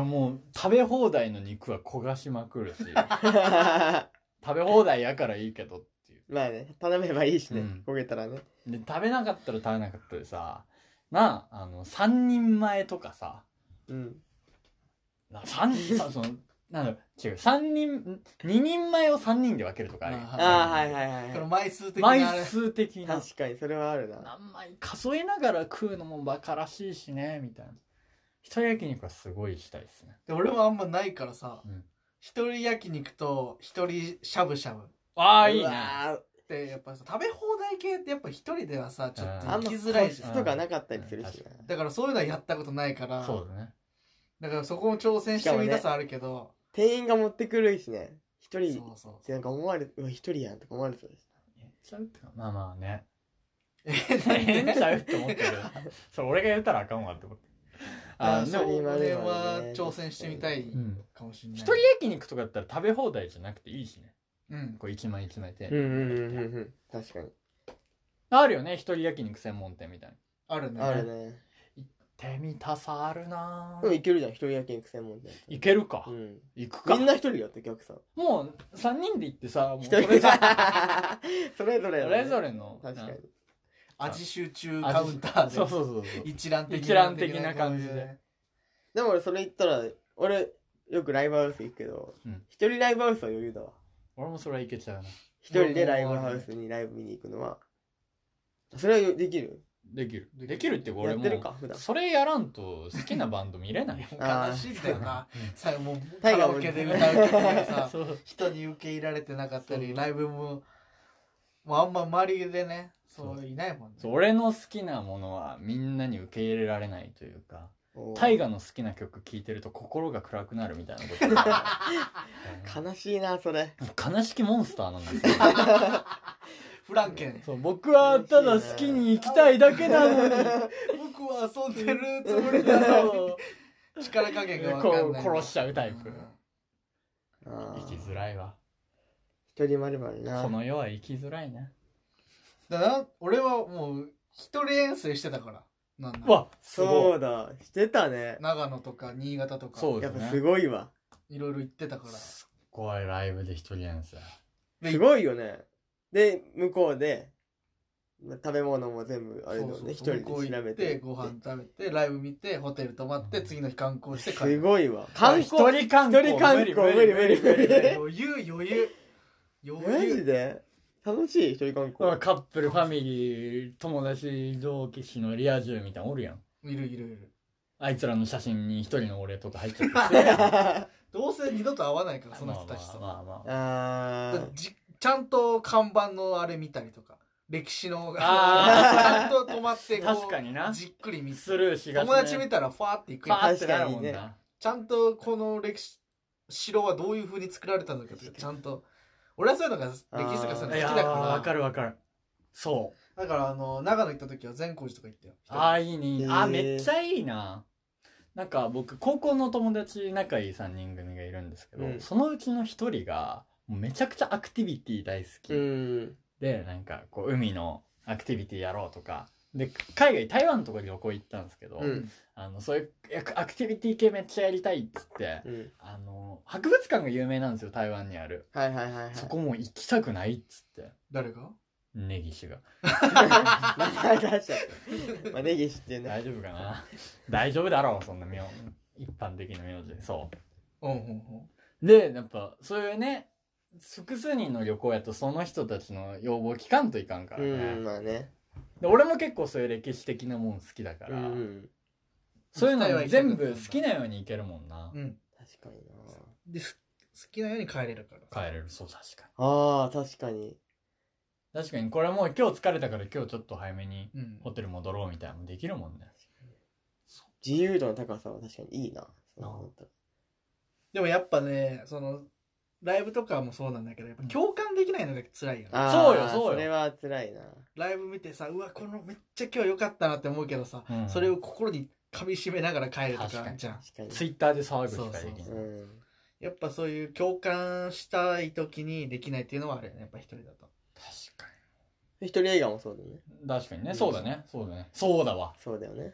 Speaker 2: らもう食べ放題の肉は焦がしまくるし食べ放題やからいいけどっていう
Speaker 1: まあね、頼めばいいしね
Speaker 2: うん。
Speaker 1: 焦げたらね。
Speaker 2: で食べなかったら食べなかったでさなああの3人前とかさ
Speaker 1: うん。
Speaker 2: な3人さそのなんだろう違う3人2人前を3人で分けるとかあるやん
Speaker 3: あー
Speaker 1: ああ、はいはいはい
Speaker 3: この
Speaker 1: は
Speaker 3: 枚数的なあれ
Speaker 2: 枚数的
Speaker 1: い。
Speaker 2: な
Speaker 1: 確かに、それはあるな。
Speaker 2: 何枚数えながら食うのもバカらしいしねみたいな一人焼肉はすごいしたいですね
Speaker 3: で俺もあんまないからさ、
Speaker 2: うん
Speaker 3: 一人焼肉と一人しゃぶしゃぶっ
Speaker 2: ああいいう
Speaker 1: わ
Speaker 2: ね
Speaker 1: ー
Speaker 3: てやっぱさ食べ放題係ってやっぱ一人ではさちょっと
Speaker 1: あんま
Speaker 3: 行き
Speaker 1: 個
Speaker 3: づらい
Speaker 1: 室
Speaker 3: じゃ
Speaker 2: うんん
Speaker 1: とかなかったりするし
Speaker 2: うん確
Speaker 1: な。
Speaker 3: だからそういうのはやったことないから
Speaker 2: そうだね
Speaker 3: だからそこも挑戦してみたさあるけど、
Speaker 1: 店員が持ってくるしね。一人
Speaker 3: そうそう
Speaker 1: ってなんか思われ、うわ、一人やんとか思われそうです。
Speaker 2: 言っちゃうってかまあまあね
Speaker 3: え
Speaker 2: 言っちゃうって思って るそれ俺が言ったらあかんわって思って
Speaker 3: あ
Speaker 2: あ
Speaker 3: そ
Speaker 2: で
Speaker 3: う
Speaker 2: も
Speaker 1: 一人まで
Speaker 3: 俺
Speaker 1: はね
Speaker 3: は挑戦してみたい
Speaker 2: うん
Speaker 3: かもしれない
Speaker 2: 一人焼肉とかだったら食べ放題じゃなくていいしね
Speaker 3: うん
Speaker 2: こう一枚一枚で、
Speaker 1: うんうんうんうんうん。確かに。
Speaker 2: あるよね一人焼肉専門店みたいな
Speaker 3: あるね
Speaker 1: あるね。
Speaker 2: 手見たさあるな
Speaker 1: で
Speaker 2: ぁ
Speaker 1: もいけるじゃん、一人焼肉専門店。
Speaker 2: いけるか、
Speaker 1: うん。
Speaker 2: 行く
Speaker 1: み
Speaker 2: か
Speaker 1: んな一人よって、お客さん。
Speaker 2: もう3人で行ってさもう
Speaker 1: 一
Speaker 2: そ
Speaker 1: 人
Speaker 2: れぞれ
Speaker 1: それぞれ
Speaker 2: そ
Speaker 1: のね。
Speaker 2: れぞれの
Speaker 1: 確かに。
Speaker 3: 味集中
Speaker 2: うん
Speaker 3: カウンターで
Speaker 2: そうそうそうそう
Speaker 3: 一覧的な
Speaker 2: 一覧的な感じで
Speaker 3: こういうね
Speaker 1: でも俺それ言ったら、俺、よくライブハウス行くけど
Speaker 2: うん、
Speaker 1: 一人ライブハウスは余裕だわ。
Speaker 2: 俺もそれはいけちゃうな
Speaker 1: 一人でライブハウスにライブ見に行くのは。それはできる
Speaker 2: できる
Speaker 3: できる
Speaker 2: できるっていうか
Speaker 1: や
Speaker 2: 俺
Speaker 1: っ
Speaker 2: も
Speaker 1: てるか、普段。
Speaker 2: それやらんと好きなバンド見れ ないよ
Speaker 1: あー
Speaker 3: 悲しいんだよな最後もうカ
Speaker 1: タイ
Speaker 3: ラ
Speaker 1: ガーも
Speaker 3: オケで歌う曲がさ
Speaker 2: そう
Speaker 3: 人に受け入れられてなかったりライブももうあんま周りでねそう
Speaker 2: そう
Speaker 3: いないもんね
Speaker 2: そう俺の好きなものはみんなに受け入れられないというか大河の好きな曲聴いてると心が暗くなるみたいなこと言って た
Speaker 1: 悲しいな、それ。
Speaker 2: 悲しきモンスターなんですよ
Speaker 3: フランケン。
Speaker 2: そう僕はただ好きに行きたいだけなのに
Speaker 3: 僕は遊んでるつもりだよ。力加減が分かんない。
Speaker 2: こう殺しちゃうタイプ
Speaker 3: ん
Speaker 1: あ
Speaker 2: 生き
Speaker 1: ー
Speaker 2: づらいわ
Speaker 1: 一人まるまるな。
Speaker 2: この世は生きづらいな
Speaker 3: だから俺はもう一人遠征してたから。なんだ
Speaker 2: うわすご
Speaker 1: そ
Speaker 2: いう
Speaker 1: だ、してたね。
Speaker 3: 長野とか新潟とか、
Speaker 2: そうで
Speaker 1: やっ
Speaker 2: す
Speaker 1: ぱ
Speaker 2: ね
Speaker 1: すごいわ。
Speaker 3: いろいろ行ってたから。
Speaker 2: 怖いライブで一人遠征
Speaker 3: です
Speaker 1: ごいよね。で、向こうで、まあ食べ物も全部、あれだよね、一人で
Speaker 3: 向こう
Speaker 1: 調
Speaker 3: 行
Speaker 1: べ。
Speaker 3: ってて、ご飯食べて、ライブ見て、ホテル泊まって、次の日観光して帰
Speaker 1: す
Speaker 3: る。
Speaker 1: ごいわ。観
Speaker 2: 観
Speaker 1: 光
Speaker 2: 光一人観
Speaker 1: 一
Speaker 2: 光
Speaker 1: 人観光無理無理無理。
Speaker 3: 余裕余裕。
Speaker 1: マ
Speaker 3: 余
Speaker 1: ジ
Speaker 3: 裕。
Speaker 1: で楽しい一人観光。
Speaker 2: カップルファミリー友達同期士のリア充みたいなのおるやん
Speaker 3: いるいるいる。
Speaker 2: あいつらの写真に一人の俺とか入っちゃって
Speaker 3: どうせ二度と会わないから、その人たちと。
Speaker 2: まあまあまあ
Speaker 1: あー。
Speaker 3: じちゃんと看板のあれ見たりとか歴史の ち
Speaker 2: あ
Speaker 3: ゃんと止まってこう
Speaker 2: 確かにな
Speaker 3: じっくり見
Speaker 2: ス
Speaker 3: て
Speaker 2: ルーしがちね
Speaker 3: 友達見たらファーっていく
Speaker 2: パ
Speaker 3: やん
Speaker 2: ーってなるもんな
Speaker 1: 確か
Speaker 3: ちゃんとこの歴史城はどういう風に作られたのか とかちゃんと俺はそういうのが歴史とかそういうの好
Speaker 2: い
Speaker 3: き
Speaker 2: や
Speaker 3: だ
Speaker 2: ーわか
Speaker 3: か
Speaker 2: るわかるそう
Speaker 3: らだからあの長野行った時は善光寺とか行ったよ
Speaker 2: ああいいねいいね
Speaker 1: へー
Speaker 2: あーめっちゃいいななんか僕高校の友達仲いい3人組がいるんですけど、
Speaker 1: うん
Speaker 2: そのうちの1人がもうめちゃくちゃアクティビティ大好き、
Speaker 1: うん。
Speaker 2: でなんかこう海のアクティビティやろうとかで海外台湾とかに旅行行ったんですけど、
Speaker 1: うん。
Speaker 2: あのそういうえアクティビティ系めっちゃやりたいっつって
Speaker 1: うん。
Speaker 2: あの博物館が有名なんですよ台湾にある
Speaker 1: はいはいはいはい。
Speaker 2: そこもう行きたくないっつって
Speaker 3: 誰が
Speaker 2: 根岸が
Speaker 1: 名前出しちゃった。まあ、ネギ知っていうね。
Speaker 2: 大丈夫か な大丈夫だろうそんな名一般的な名字そう
Speaker 3: うんうんうん
Speaker 2: で、やっぱ、そういうね、複数人の旅行やとその人たちの要望を聞かんといかんから
Speaker 1: う
Speaker 2: ね。
Speaker 1: ん、まあね。
Speaker 2: で俺も結構そういう歴史的なもん好きだか
Speaker 1: う
Speaker 2: ら、
Speaker 1: ん。
Speaker 2: そういうのに全部好きなように行けるもんな。
Speaker 3: うん
Speaker 1: 確かにな。
Speaker 3: です好きなように帰れるから
Speaker 2: 帰れる、そう、確か
Speaker 1: ああ、確かに。
Speaker 2: に。確かに、これもう今日疲れたから今日ちょっと早めに
Speaker 3: うん
Speaker 2: ホテル戻ろうみたいなのもできるもんね。
Speaker 1: 自由度の高さは確かにいいな。そう思ったら
Speaker 3: でもやっぱねそのライブとかもそうなんだけどやっぱ共感できないのが辛いよね
Speaker 1: あー
Speaker 2: そうよそうよ
Speaker 1: それは辛いな。
Speaker 3: ライブ見てさうわこのめっちゃ今日良かったなって思うけどさ、
Speaker 2: うん
Speaker 3: それを心にかみしめながら帰ると
Speaker 2: 確か
Speaker 3: か
Speaker 2: に
Speaker 3: じゃん
Speaker 1: 確かに。
Speaker 2: ツイッターで騒ぐしかでき
Speaker 3: そう
Speaker 2: な
Speaker 3: そ
Speaker 2: い。
Speaker 1: うん。
Speaker 3: やっぱそういう共感したい時にできないっていうのはあるよねやっぱ一人だと
Speaker 2: 確か
Speaker 1: 一人映画もそうだよね。
Speaker 2: に。確かにね、そうだね、そうだね。そうだわ。
Speaker 1: そうだよね。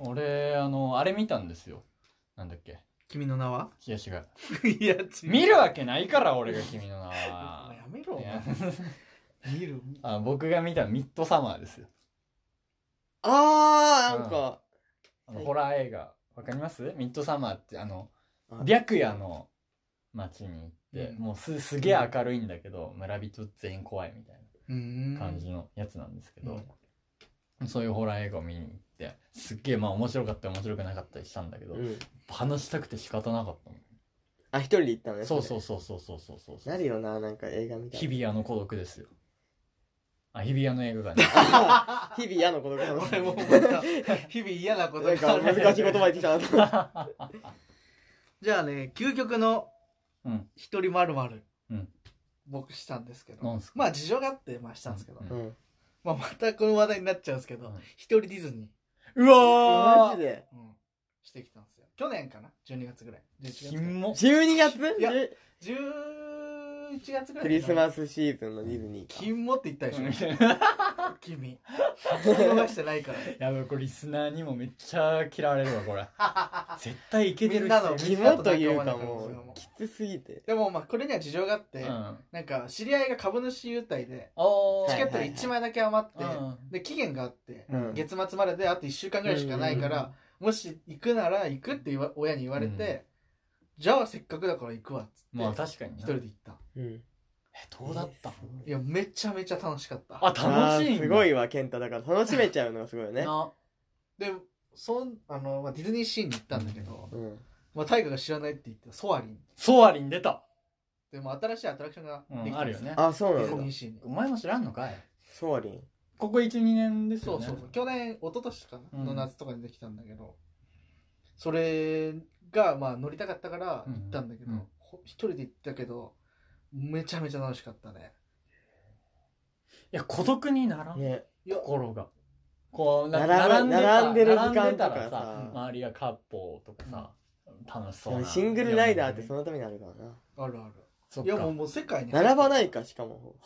Speaker 2: 俺、あの、あれ見たんですよ。なんだっけ。
Speaker 3: 君の名は
Speaker 2: 違う違う。
Speaker 3: いや違う
Speaker 2: 見るわけないから、俺が君の名
Speaker 3: あ
Speaker 2: は。
Speaker 3: やめろお
Speaker 2: い
Speaker 3: 前
Speaker 2: や
Speaker 3: 見る
Speaker 2: あ僕が見たミッドサマーですよ。
Speaker 1: ああ、なんか、
Speaker 2: あの
Speaker 1: はい
Speaker 2: ホラー映画。わかりますミッドサマーって、あの
Speaker 1: は、い
Speaker 2: 白夜の街に行って、
Speaker 3: うん
Speaker 2: もうすすげえ明るいんだけど、村人全員怖いみたいう
Speaker 3: ーん
Speaker 2: な感じのやつなんですけど
Speaker 3: う、
Speaker 2: そういうホラー映画を見に行って、すっげえまあ面白かったり面白くなかったりしたんだけど、
Speaker 1: うん。
Speaker 2: 話したくて仕方なかったもん。
Speaker 1: あ、一人で行ったのね。
Speaker 2: そう
Speaker 1: れ
Speaker 2: そうそうそうそうそうそう
Speaker 1: なるよな、なんか映画みたい
Speaker 2: 日
Speaker 1: な。
Speaker 2: 比谷の孤独ですよ。あ、日比谷の映画 館ね。
Speaker 1: 日々嫌なことかも。
Speaker 3: 俺もまた日々嫌なこと
Speaker 1: なんか難しい言葉言ってきたなと思って。
Speaker 3: じゃあね究極の
Speaker 2: うん
Speaker 3: 一人まるまる
Speaker 2: うん
Speaker 3: 僕したんですけど、
Speaker 2: なんすか
Speaker 3: まあ事情があってまあしたんですけど、
Speaker 2: うん
Speaker 1: うん。
Speaker 3: まあ、またこの話題になっちゃうんですけど、
Speaker 2: うん
Speaker 3: 一人ディズニー
Speaker 2: う
Speaker 1: マ
Speaker 2: わ
Speaker 1: ジで。
Speaker 3: うんしてきたんですよ去年かな12月ぐらい11月
Speaker 2: ーひ
Speaker 3: ぐら い
Speaker 2: も。
Speaker 1: 12月
Speaker 3: いや
Speaker 1: じゅ
Speaker 3: 11月ぐらい
Speaker 1: クリスマ
Speaker 3: ス
Speaker 1: スシーズンのディズニーか。
Speaker 3: 金もって言ったでしょ、君聞き逃してないから
Speaker 2: やばいこれリスナーにもめっちゃ嫌われるわこれ絶対いけてる
Speaker 3: みんなの
Speaker 2: 人
Speaker 1: キ
Speaker 2: いる
Speaker 1: モというか
Speaker 3: みんなと仲間だから
Speaker 1: も
Speaker 3: それはも
Speaker 1: う
Speaker 3: う、
Speaker 1: きつすぎて。
Speaker 3: でもまあこれには事情があって、
Speaker 2: うん
Speaker 3: なんか知り合いが株主優待で
Speaker 2: おー
Speaker 3: チケットが1枚だけ余って、
Speaker 2: うん
Speaker 3: で期限があって、
Speaker 1: うん
Speaker 3: 月末までであと1週間ぐらいしかないから、もし行くなら行くって言わ親に言われて、じゃあせっかくだから行くわっつ
Speaker 2: まあ
Speaker 3: って
Speaker 2: 確かにな
Speaker 3: 一人で行った
Speaker 1: うん。
Speaker 2: えどうだった
Speaker 3: いやめちゃめちゃ楽しかった
Speaker 2: あ楽しいん
Speaker 1: あー
Speaker 2: だ
Speaker 1: すごいわ、健太だから。楽しめちゃうのがすごいよね。
Speaker 2: な
Speaker 3: でそんあの、まあ、ディズニーシーに行ったんだけど、
Speaker 1: うん。
Speaker 3: まあ、大河が知らないって言ってソアリン
Speaker 2: ソアリン出た
Speaker 3: でも新しいアトラクションができたんです
Speaker 2: うんあるよね
Speaker 1: あ、そう
Speaker 3: デ
Speaker 1: な
Speaker 3: ィズニ
Speaker 1: ん
Speaker 3: ー
Speaker 1: だ。
Speaker 3: シーに
Speaker 2: お前も知らんのかい
Speaker 1: ソアリン。
Speaker 2: ここ12年です
Speaker 3: そ
Speaker 2: よ
Speaker 3: う
Speaker 2: ね
Speaker 3: そうそう去年一昨年かな
Speaker 2: うん
Speaker 3: の夏とかにできたんだけど、それがまあ乗りたかったから行ったんだけど、
Speaker 2: うんうん
Speaker 3: ほ一人で行ったけどめちゃめちゃ楽しかったね
Speaker 2: や、孤独にならん。
Speaker 1: ね。
Speaker 2: 心が。こう、な
Speaker 1: 並ぶ
Speaker 2: 並んでた
Speaker 1: 並んでる時
Speaker 2: 並
Speaker 1: 間
Speaker 2: んで
Speaker 1: とか
Speaker 2: た
Speaker 1: さ
Speaker 2: らさ、周りがカッポーとかさ、楽し
Speaker 1: で
Speaker 2: そう
Speaker 1: も
Speaker 2: な。
Speaker 1: シングルライダーってそ
Speaker 2: の、
Speaker 1: のためにあるからな。
Speaker 3: あるあ
Speaker 2: そっ
Speaker 3: るいやも
Speaker 2: か
Speaker 3: う。もう世界に
Speaker 1: 並ばないか、しかも。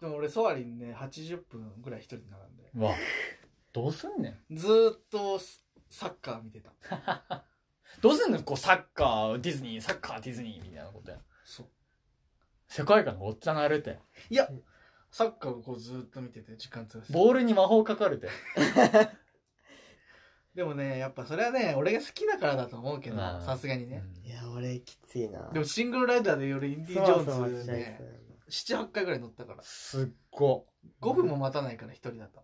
Speaker 3: でも俺ソアリンね80分ぐらい一人で並んで
Speaker 2: うわ、どうすんねん。
Speaker 3: ずーっとスサッカー見てた
Speaker 2: どうすんのこう、サッカー、ディズニー、サッカー、ディズニーみたいなことや。
Speaker 3: そう
Speaker 2: 世界観がごっちゃなれて。
Speaker 3: サッカーをこうずーっと見てて時間潰して
Speaker 2: ボールに魔法かかるて。
Speaker 3: でもねやっぱそれはね俺が好きだからだと思うけど
Speaker 2: うん
Speaker 3: さすがにね、
Speaker 1: いや、俺きついな。
Speaker 3: でもシングルライダーでよりインディ・ジ
Speaker 1: そ
Speaker 3: ョ
Speaker 1: わそわ
Speaker 3: ーン
Speaker 1: し
Speaker 3: ズ
Speaker 1: ちゃい
Speaker 3: ね
Speaker 1: そうや
Speaker 3: 78回ぐらい乗ったから
Speaker 2: すっご。
Speaker 3: 5分も待たないから1人だとだか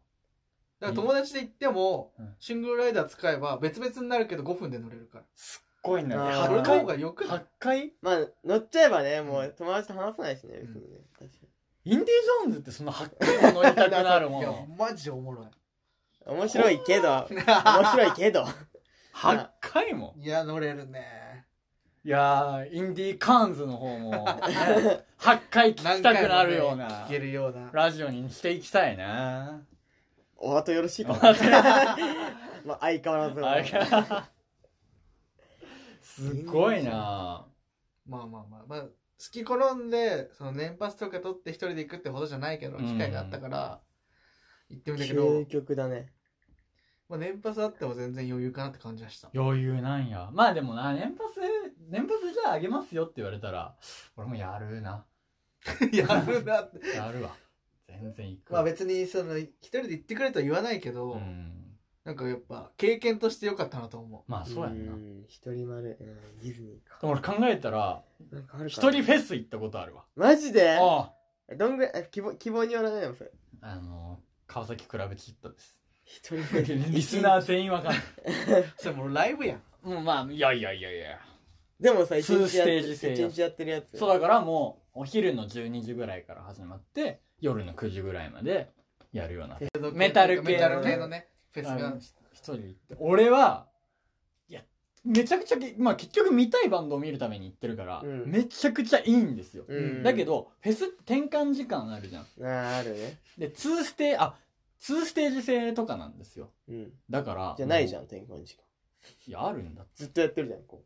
Speaker 3: ら
Speaker 2: うん
Speaker 3: 友達で行っても
Speaker 2: うん
Speaker 3: シングルライダー使えば別々になるけど5分で乗れるから
Speaker 2: すっごいんだ
Speaker 1: あー
Speaker 3: それ
Speaker 2: 8
Speaker 3: の
Speaker 2: 回
Speaker 3: 方がよくない
Speaker 2: 八回
Speaker 1: なまあ、乗っちゃえばね、もう友達と話さないしね、別にね。確か
Speaker 2: インディ・ジョーンズってその8回も乗りたくなるも
Speaker 3: いや
Speaker 2: の。
Speaker 3: マジでおもろい
Speaker 1: に。面白いけど、面白いけど。
Speaker 2: 8回も
Speaker 3: いや乗れるね
Speaker 2: いやー、インディ・カーンズの方も、ね、8回聞きたくなるよう
Speaker 3: 何回もね
Speaker 2: な
Speaker 3: 聞けるような
Speaker 2: ラジオにしていきたいな。
Speaker 1: お後よろしいかな。まあ、相変わらずの。
Speaker 2: あれがすごいな
Speaker 3: まあまあまあまあ好き好んでその年パスとか取って一人で行くってほどじゃないけど
Speaker 2: うん
Speaker 3: 機会があったから行ってみたけ
Speaker 1: 究
Speaker 3: ど、
Speaker 1: 極だね。
Speaker 3: まあ、年パスあっても全然余裕かなって感じはした
Speaker 2: 余裕なんや。まあでもな、年パス、年パスじゃああげますよって言われたら、俺もやるな。
Speaker 3: やるなって
Speaker 2: やるわ。全然行く
Speaker 3: ま
Speaker 2: わ。
Speaker 3: あ別にその一人で行ってくれとは言わないけど、
Speaker 2: うん。
Speaker 3: なんかやっぱ経験として良かったなと思
Speaker 2: まあそうやんな。
Speaker 1: う
Speaker 2: で
Speaker 1: ん一人丸、うん、ディズニーか。
Speaker 2: も俺考えたら、
Speaker 1: なんかある
Speaker 2: 一
Speaker 1: かな
Speaker 2: 人フェス行ったことあるわ。
Speaker 1: マジで
Speaker 2: ああ。
Speaker 1: どんぐらい、あ希望、希望によらないのそれ。
Speaker 2: あの、川崎クラブキットです。
Speaker 1: 一人
Speaker 2: リスナー全員わかんない。
Speaker 3: うそれもうライブやん
Speaker 2: もうまあ、いやいやいやいや。
Speaker 1: でもさ、一
Speaker 2: ツー
Speaker 1: 日やって
Speaker 2: ステージ制や
Speaker 1: 一日やってるやつ。
Speaker 2: そうだからもう、お昼の12時ぐらいから始まって、夜の9時ぐらいまでやるような。 メタル系
Speaker 3: メタル系のねフェス
Speaker 2: あ
Speaker 3: が
Speaker 2: のひ一人行って。俺は、いや、めちゃくちゃけ、まあ結局見たいバンドを見るために行ってるから、
Speaker 1: うん
Speaker 2: めちゃくちゃいいんですよ。
Speaker 1: うん
Speaker 2: だけ。ど、フェスって転換時間あるじゃん。
Speaker 1: なあ、あるね。
Speaker 2: で、2ステー、あ、2ステージ制とかなんですよ。
Speaker 1: うん。
Speaker 2: だから。
Speaker 1: じゃないじゃ
Speaker 2: ん。
Speaker 1: ん、転換時間。
Speaker 2: いや、あるんだって
Speaker 1: ずっとやってるじゃん、こ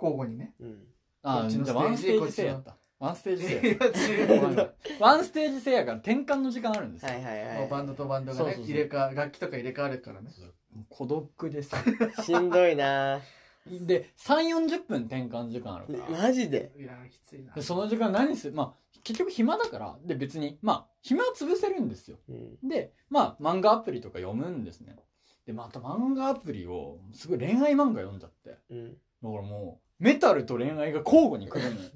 Speaker 3: 交互にね
Speaker 1: う。うん。
Speaker 2: あ
Speaker 3: こっちの
Speaker 2: じゃあワンス
Speaker 3: ス
Speaker 2: テ
Speaker 3: テ
Speaker 2: ー
Speaker 3: ー
Speaker 2: ジ
Speaker 3: ジ
Speaker 2: 制やった。ワンステージ 制。
Speaker 3: 違う
Speaker 2: ワンステージ制やから転換の時間あるんですよ。
Speaker 1: はいはい
Speaker 3: もうバ
Speaker 1: は
Speaker 3: ンドとバンド
Speaker 2: そ
Speaker 3: が
Speaker 2: う
Speaker 3: ね
Speaker 2: そうそう
Speaker 3: 入れ替え楽器とか入れ替わるからね
Speaker 2: 孤独です。
Speaker 1: い。しんどい な
Speaker 2: で、3、40分転換時間あるから。
Speaker 1: マジで。
Speaker 3: いやーきついな
Speaker 2: でその時間何するまあ、結局暇だから、で別に、まあ、暇は潰せるんですよ。
Speaker 1: うん。
Speaker 2: で、まあ、漫画アプリとか読むんですね。で、また漫画アプリを、すごい恋愛漫画読んじゃって。だか
Speaker 1: うん。
Speaker 2: らもう、メタルと恋愛が交互に来る のよ。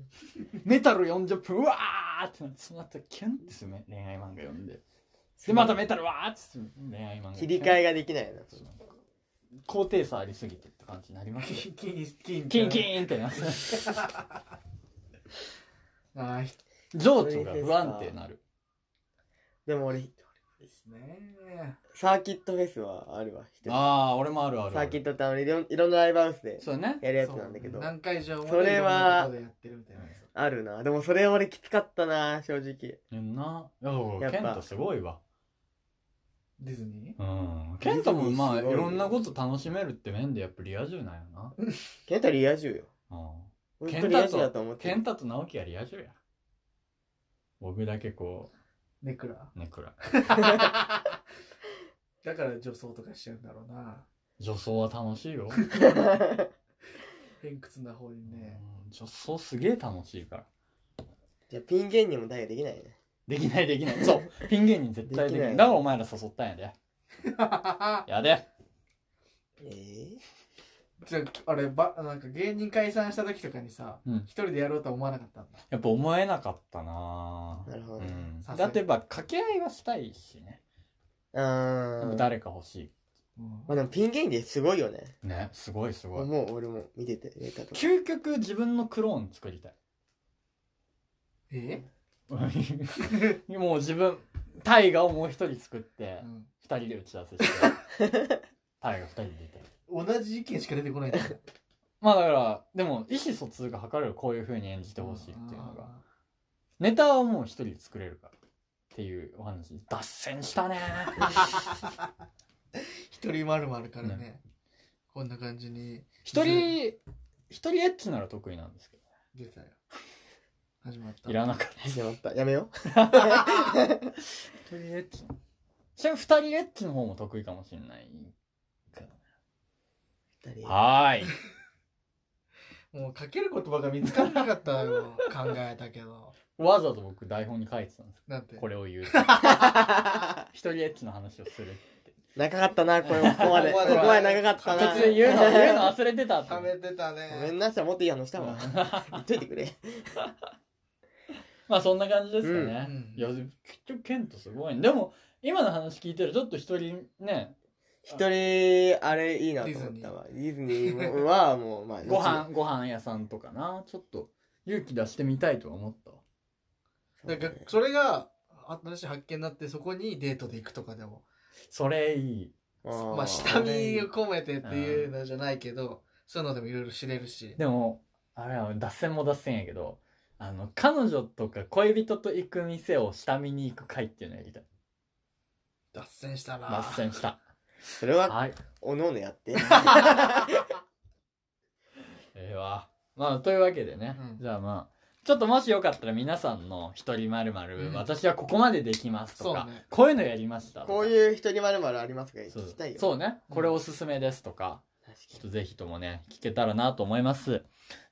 Speaker 2: メタル40分、うわーってなって、その後キュンってするね恋愛漫画読んで。で、またメタルわーってする恋愛漫画。
Speaker 1: 切り替えができないな。
Speaker 2: 高低差ありすぎてって感じになり ますよ
Speaker 3: キンキンキン
Speaker 2: キンキーンってな
Speaker 3: ああひ
Speaker 2: 情緒が不安定になる
Speaker 1: でも俺、
Speaker 3: ですね
Speaker 1: サーキットフェスはあるわ、一人
Speaker 2: ああ俺もあるある
Speaker 1: サ
Speaker 2: あ
Speaker 1: ーキッ
Speaker 2: る
Speaker 1: トってあのいろんいろんなライブハウスで
Speaker 2: そうね
Speaker 1: やるやつなんだけ
Speaker 3: そう
Speaker 1: ど、
Speaker 3: 何回じゃ
Speaker 1: それは
Speaker 3: でやってるみたいなやつ
Speaker 1: あるな。でもそれ俺きつかったな、正直。
Speaker 2: ねんないやだから
Speaker 1: や
Speaker 2: ケ
Speaker 1: っぱ
Speaker 2: ントすごいわ
Speaker 3: ディズニー
Speaker 2: うんケントもまあい
Speaker 1: すごいよ
Speaker 2: ろんなこと楽しめるって面でやっぱリア充なんよな
Speaker 1: ケンタリア充よ。
Speaker 2: う
Speaker 1: 本
Speaker 2: ケン
Speaker 1: 当
Speaker 2: タと
Speaker 1: リア充だと思っ
Speaker 2: ん
Speaker 1: て
Speaker 2: ケ
Speaker 1: る
Speaker 2: ンタと直樹はリア充や僕だけこ
Speaker 3: ネクラ
Speaker 2: うねくら
Speaker 3: だから女装とかしちゃうんだろうな
Speaker 2: 女装は楽しいよ、
Speaker 3: 偏屈な方にね
Speaker 2: うん女装すげえ楽しいから
Speaker 1: じゃあピン芸人も対応できないね。
Speaker 2: できないでき ないそうピン芸人絶対できない
Speaker 1: できない
Speaker 2: だからお前ら誘ったんやで やで
Speaker 1: ええ
Speaker 3: じゃああればなんか芸人解散した時とかにさ
Speaker 2: うん
Speaker 3: 一人でやろうとは思わなかったんだ
Speaker 2: やっぱ思えなかったなぁ
Speaker 1: なるほど
Speaker 2: うん
Speaker 3: さすが
Speaker 2: だってやっぱ掛け合いはしたいしね。やっ
Speaker 1: あ
Speaker 2: ぱ
Speaker 1: ー。
Speaker 2: 誰か欲し
Speaker 1: まあでもピン芸人ですごいよね。
Speaker 2: い。ね、すごいすごい。
Speaker 1: もう俺も見てて、ネタとか。
Speaker 2: 究極自分のクローン作りたい。
Speaker 3: え
Speaker 2: もう自分、タイガをもう一人作って
Speaker 3: う、ん
Speaker 2: 二人で打ち合わせして、タイガ二人で出て。
Speaker 3: 同じ意見しか出てこない。
Speaker 2: まあだからでも意思疎通が図れるこういう風に演じてほしいっていうのがネタはもう一人作れるからっていうお話脱線したね
Speaker 3: 一人まるまるからねこんな感じに
Speaker 2: 一人一人エッチなら得意なんですけど
Speaker 3: 出たよ始まった
Speaker 2: いらなかった
Speaker 1: 始まった。やめよ。
Speaker 2: 一人エッチちなみに二人エッチの方も得意かもしれないうはーい
Speaker 3: もうかける言葉が見つからなかっ たよ考えたけど
Speaker 2: わざと僕台本に書いてたんです
Speaker 3: なんて
Speaker 2: これを 言う一人エッチの話をするって
Speaker 1: 長かったな、これ、ここまで。
Speaker 3: こ
Speaker 1: こ
Speaker 3: こまで
Speaker 1: こまで長かっ
Speaker 2: 途
Speaker 1: たな。
Speaker 2: 中言うの言うの忘れてたって
Speaker 3: はめてた
Speaker 1: ごめ
Speaker 3: ね
Speaker 1: んなさい、もっといい話したわ。言っといてくれ。
Speaker 2: まあそんな感じですかね、
Speaker 3: うん
Speaker 2: いや結局ケントすごいねでも今の話聞いてるちょっと一人ね
Speaker 1: 一人、あれいいなと思ったわ。ディズニーはもう、まあ、
Speaker 2: ご飯ご飯屋さんとかなちょっと勇気出してみたいとは思ったわ
Speaker 3: だからそれが新しい発見になってそこにデートで行くとかでも
Speaker 2: それいい
Speaker 1: ー
Speaker 3: まあ下見を込めてっていうのじゃないけどそういうのでもいろいろ知れるし
Speaker 2: でもあれは脱線も脱線やけどあの彼女とか恋人と行く店を下見に行く会っていうのやりたい
Speaker 3: 脱線したな
Speaker 2: 脱線した
Speaker 1: それは、
Speaker 2: はい
Speaker 1: おのおのやって。
Speaker 2: ええわまあというわけでね、
Speaker 3: うん
Speaker 2: じゃあまあちょっともしよかったら皆さんの「一人まるま
Speaker 3: う
Speaker 2: る
Speaker 3: ん
Speaker 2: 私はここまでできます」とか、
Speaker 3: そうね
Speaker 2: こういうのやりましたとか
Speaker 1: こういう一人まるまるありますか
Speaker 2: そう
Speaker 1: 聞きたいよ。
Speaker 2: そうねこれおすすめですとか、
Speaker 1: 確か
Speaker 2: ちょ
Speaker 1: に
Speaker 2: っとぜひともね、聞けたらなと思います。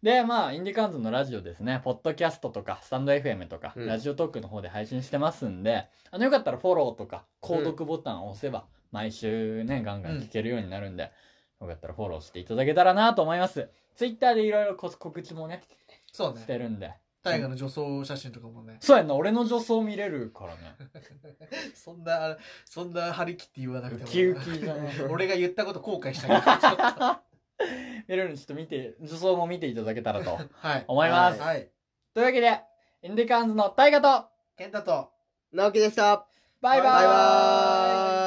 Speaker 2: で、まあ、インディカンズのラジオですね、ポッドキャストとか、スタンド FM とか、
Speaker 1: うん
Speaker 2: ラジオトークの方で配信してますんで、あの、よかったらフォローとか、購読ボタンを押せば、毎週ね、ガンガン聞けるようになるんで、よかったらフォローしていただけたらなと思います。ツイッターでいろいろこ告知もね、
Speaker 3: そう
Speaker 2: し
Speaker 3: ね
Speaker 2: てるんで。
Speaker 3: 大河の女装写真とかもね
Speaker 2: そうやんな、俺の女装見れるからね。
Speaker 3: そんなそんな張り切って言わなく
Speaker 2: ウ
Speaker 3: ても
Speaker 2: キウキじゃない。
Speaker 3: 俺が言ったこと後悔したけ どちょっと
Speaker 2: 見れるんで、ちょっと見て、女装も見ていただけたらと
Speaker 3: はい
Speaker 2: 思います。
Speaker 3: はい
Speaker 2: というわけで、インディカンズの大河と、
Speaker 3: 健太と
Speaker 1: 直樹でした。
Speaker 2: バイバーイ
Speaker 1: バイバーイ